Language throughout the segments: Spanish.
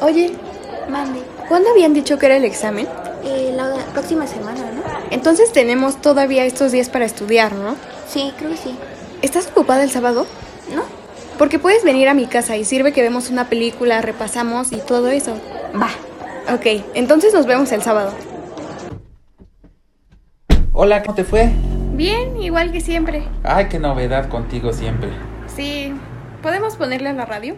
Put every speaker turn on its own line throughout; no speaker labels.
Oye,
Mande.
¿cuándo habían dicho que era el examen?
Eh, la próxima semana, ¿no?
Entonces tenemos todavía estos días para estudiar, ¿no?
Sí, creo que sí.
¿Estás ocupada el sábado?
¿No?
Porque puedes venir a mi casa y sirve que vemos una película, repasamos y todo eso.
Va.
Ok, entonces nos vemos el sábado.
Hola, ¿cómo te fue?
Bien, igual que siempre.
Ay, qué novedad contigo siempre.
Sí. ¿Podemos ponerle a la radio?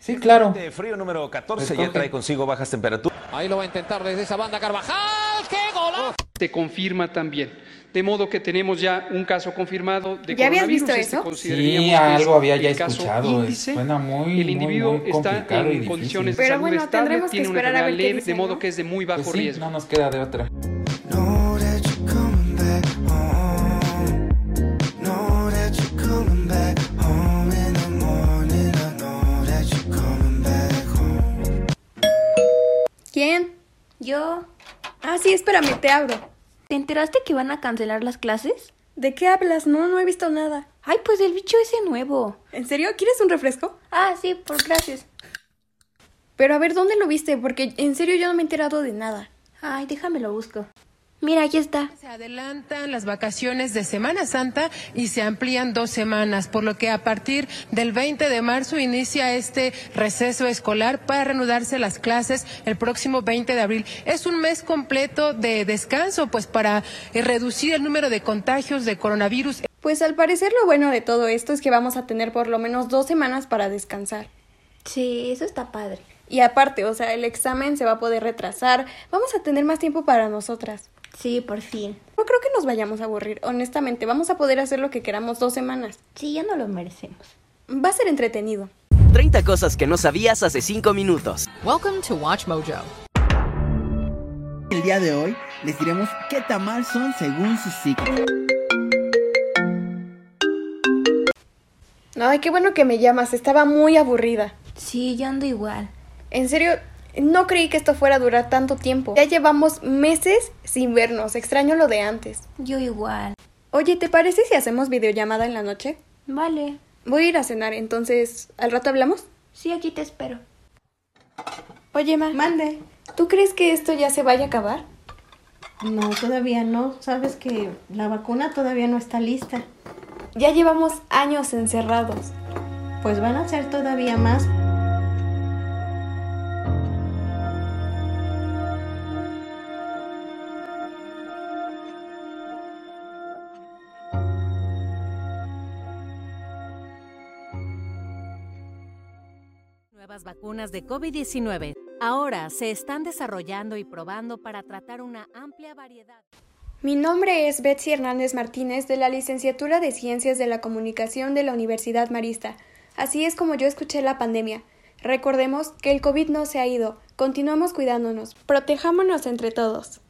Sí, claro.
Frente frío número 14
Escoge.
ya trae consigo bajas temperaturas.
Ahí lo va a intentar desde esa banda Carvajal. ¡Qué golazo!
te confirma también. De modo que tenemos ya un caso confirmado de
¿Ya habías
coronavirus.
visto
Este
eso?
consideraríamos
Sí,
que es
algo había ya
el caso
escuchado. Suena muy,
el
muy,
individuo
muy
está
complicado y
en
difícil.
condiciones de
Pero
salud
bueno,
estable,
tendremos que
tiene una
esperar a ver
enfermedad
qué
leve,
dice,
de modo
¿no?
que es de muy bajo
Pues sí,
riesgo.
no nos queda de otra.
Know that you're coming back home. Know that you're coming back home in the morning. I know that you're coming back home.
¿Quién?
Yo.
Ah, sí, espérame, te abro.
¿Te enteraste que van a cancelar las clases?
¿De qué hablas? No, no he visto nada.
Ay, pues el bicho ese nuevo.
¿En serio? ¿Quieres un refresco?
Ah, sí, por gracias.
Pero a ver, ¿dónde lo viste? Porque en serio yo no me he enterado de nada.
Ay, déjame lo busco. Mira, aquí está.
Se adelantan las vacaciones de Semana Santa y se amplían dos semanas, por lo que a partir del 20 de marzo inicia este receso escolar para reanudarse las clases el próximo 20 de abril. Es un mes completo de descanso, pues para eh, reducir el número de contagios de coronavirus.
Pues al parecer lo bueno de todo esto es que vamos a tener por lo menos dos semanas para descansar.
Sí, eso está padre.
Y aparte, o sea, el examen se va a poder retrasar, vamos a tener más tiempo para nosotras.
Sí, por fin.
No creo que nos vayamos a aburrir, honestamente, vamos a poder hacer lo que queramos dos semanas.
Sí, ya no lo merecemos.
Va a ser entretenido.
30 cosas que no sabías hace 5 minutos.
Welcome to Watch Mojo.
El día de hoy les diremos qué tan mal son según su signo.
Ay, qué bueno que me llamas, estaba muy aburrida.
Sí, yo ando igual.
En serio, no creí que esto fuera a durar tanto tiempo. Ya llevamos meses sin vernos, extraño lo de antes.
Yo igual.
Oye, ¿te parece si hacemos videollamada en la noche?
Vale.
Voy a ir a cenar, entonces, ¿al rato hablamos?
Sí, aquí te espero.
Oye, Ma. Mande. ¿Tú crees que esto ya se vaya a acabar?
No, todavía no. Sabes que la vacuna todavía no está lista.
Ya llevamos años encerrados.
Pues van a ser todavía más.
Nuevas vacunas de COVID-19. Ahora se están desarrollando y probando para tratar una amplia variedad.
Mi nombre es Betsy Hernández Martínez de la Licenciatura de Ciencias de la Comunicación de la Universidad Marista. Así es como yo escuché la pandemia. Recordemos que el COVID no se ha ido. Continuamos cuidándonos. Protejámonos entre todos.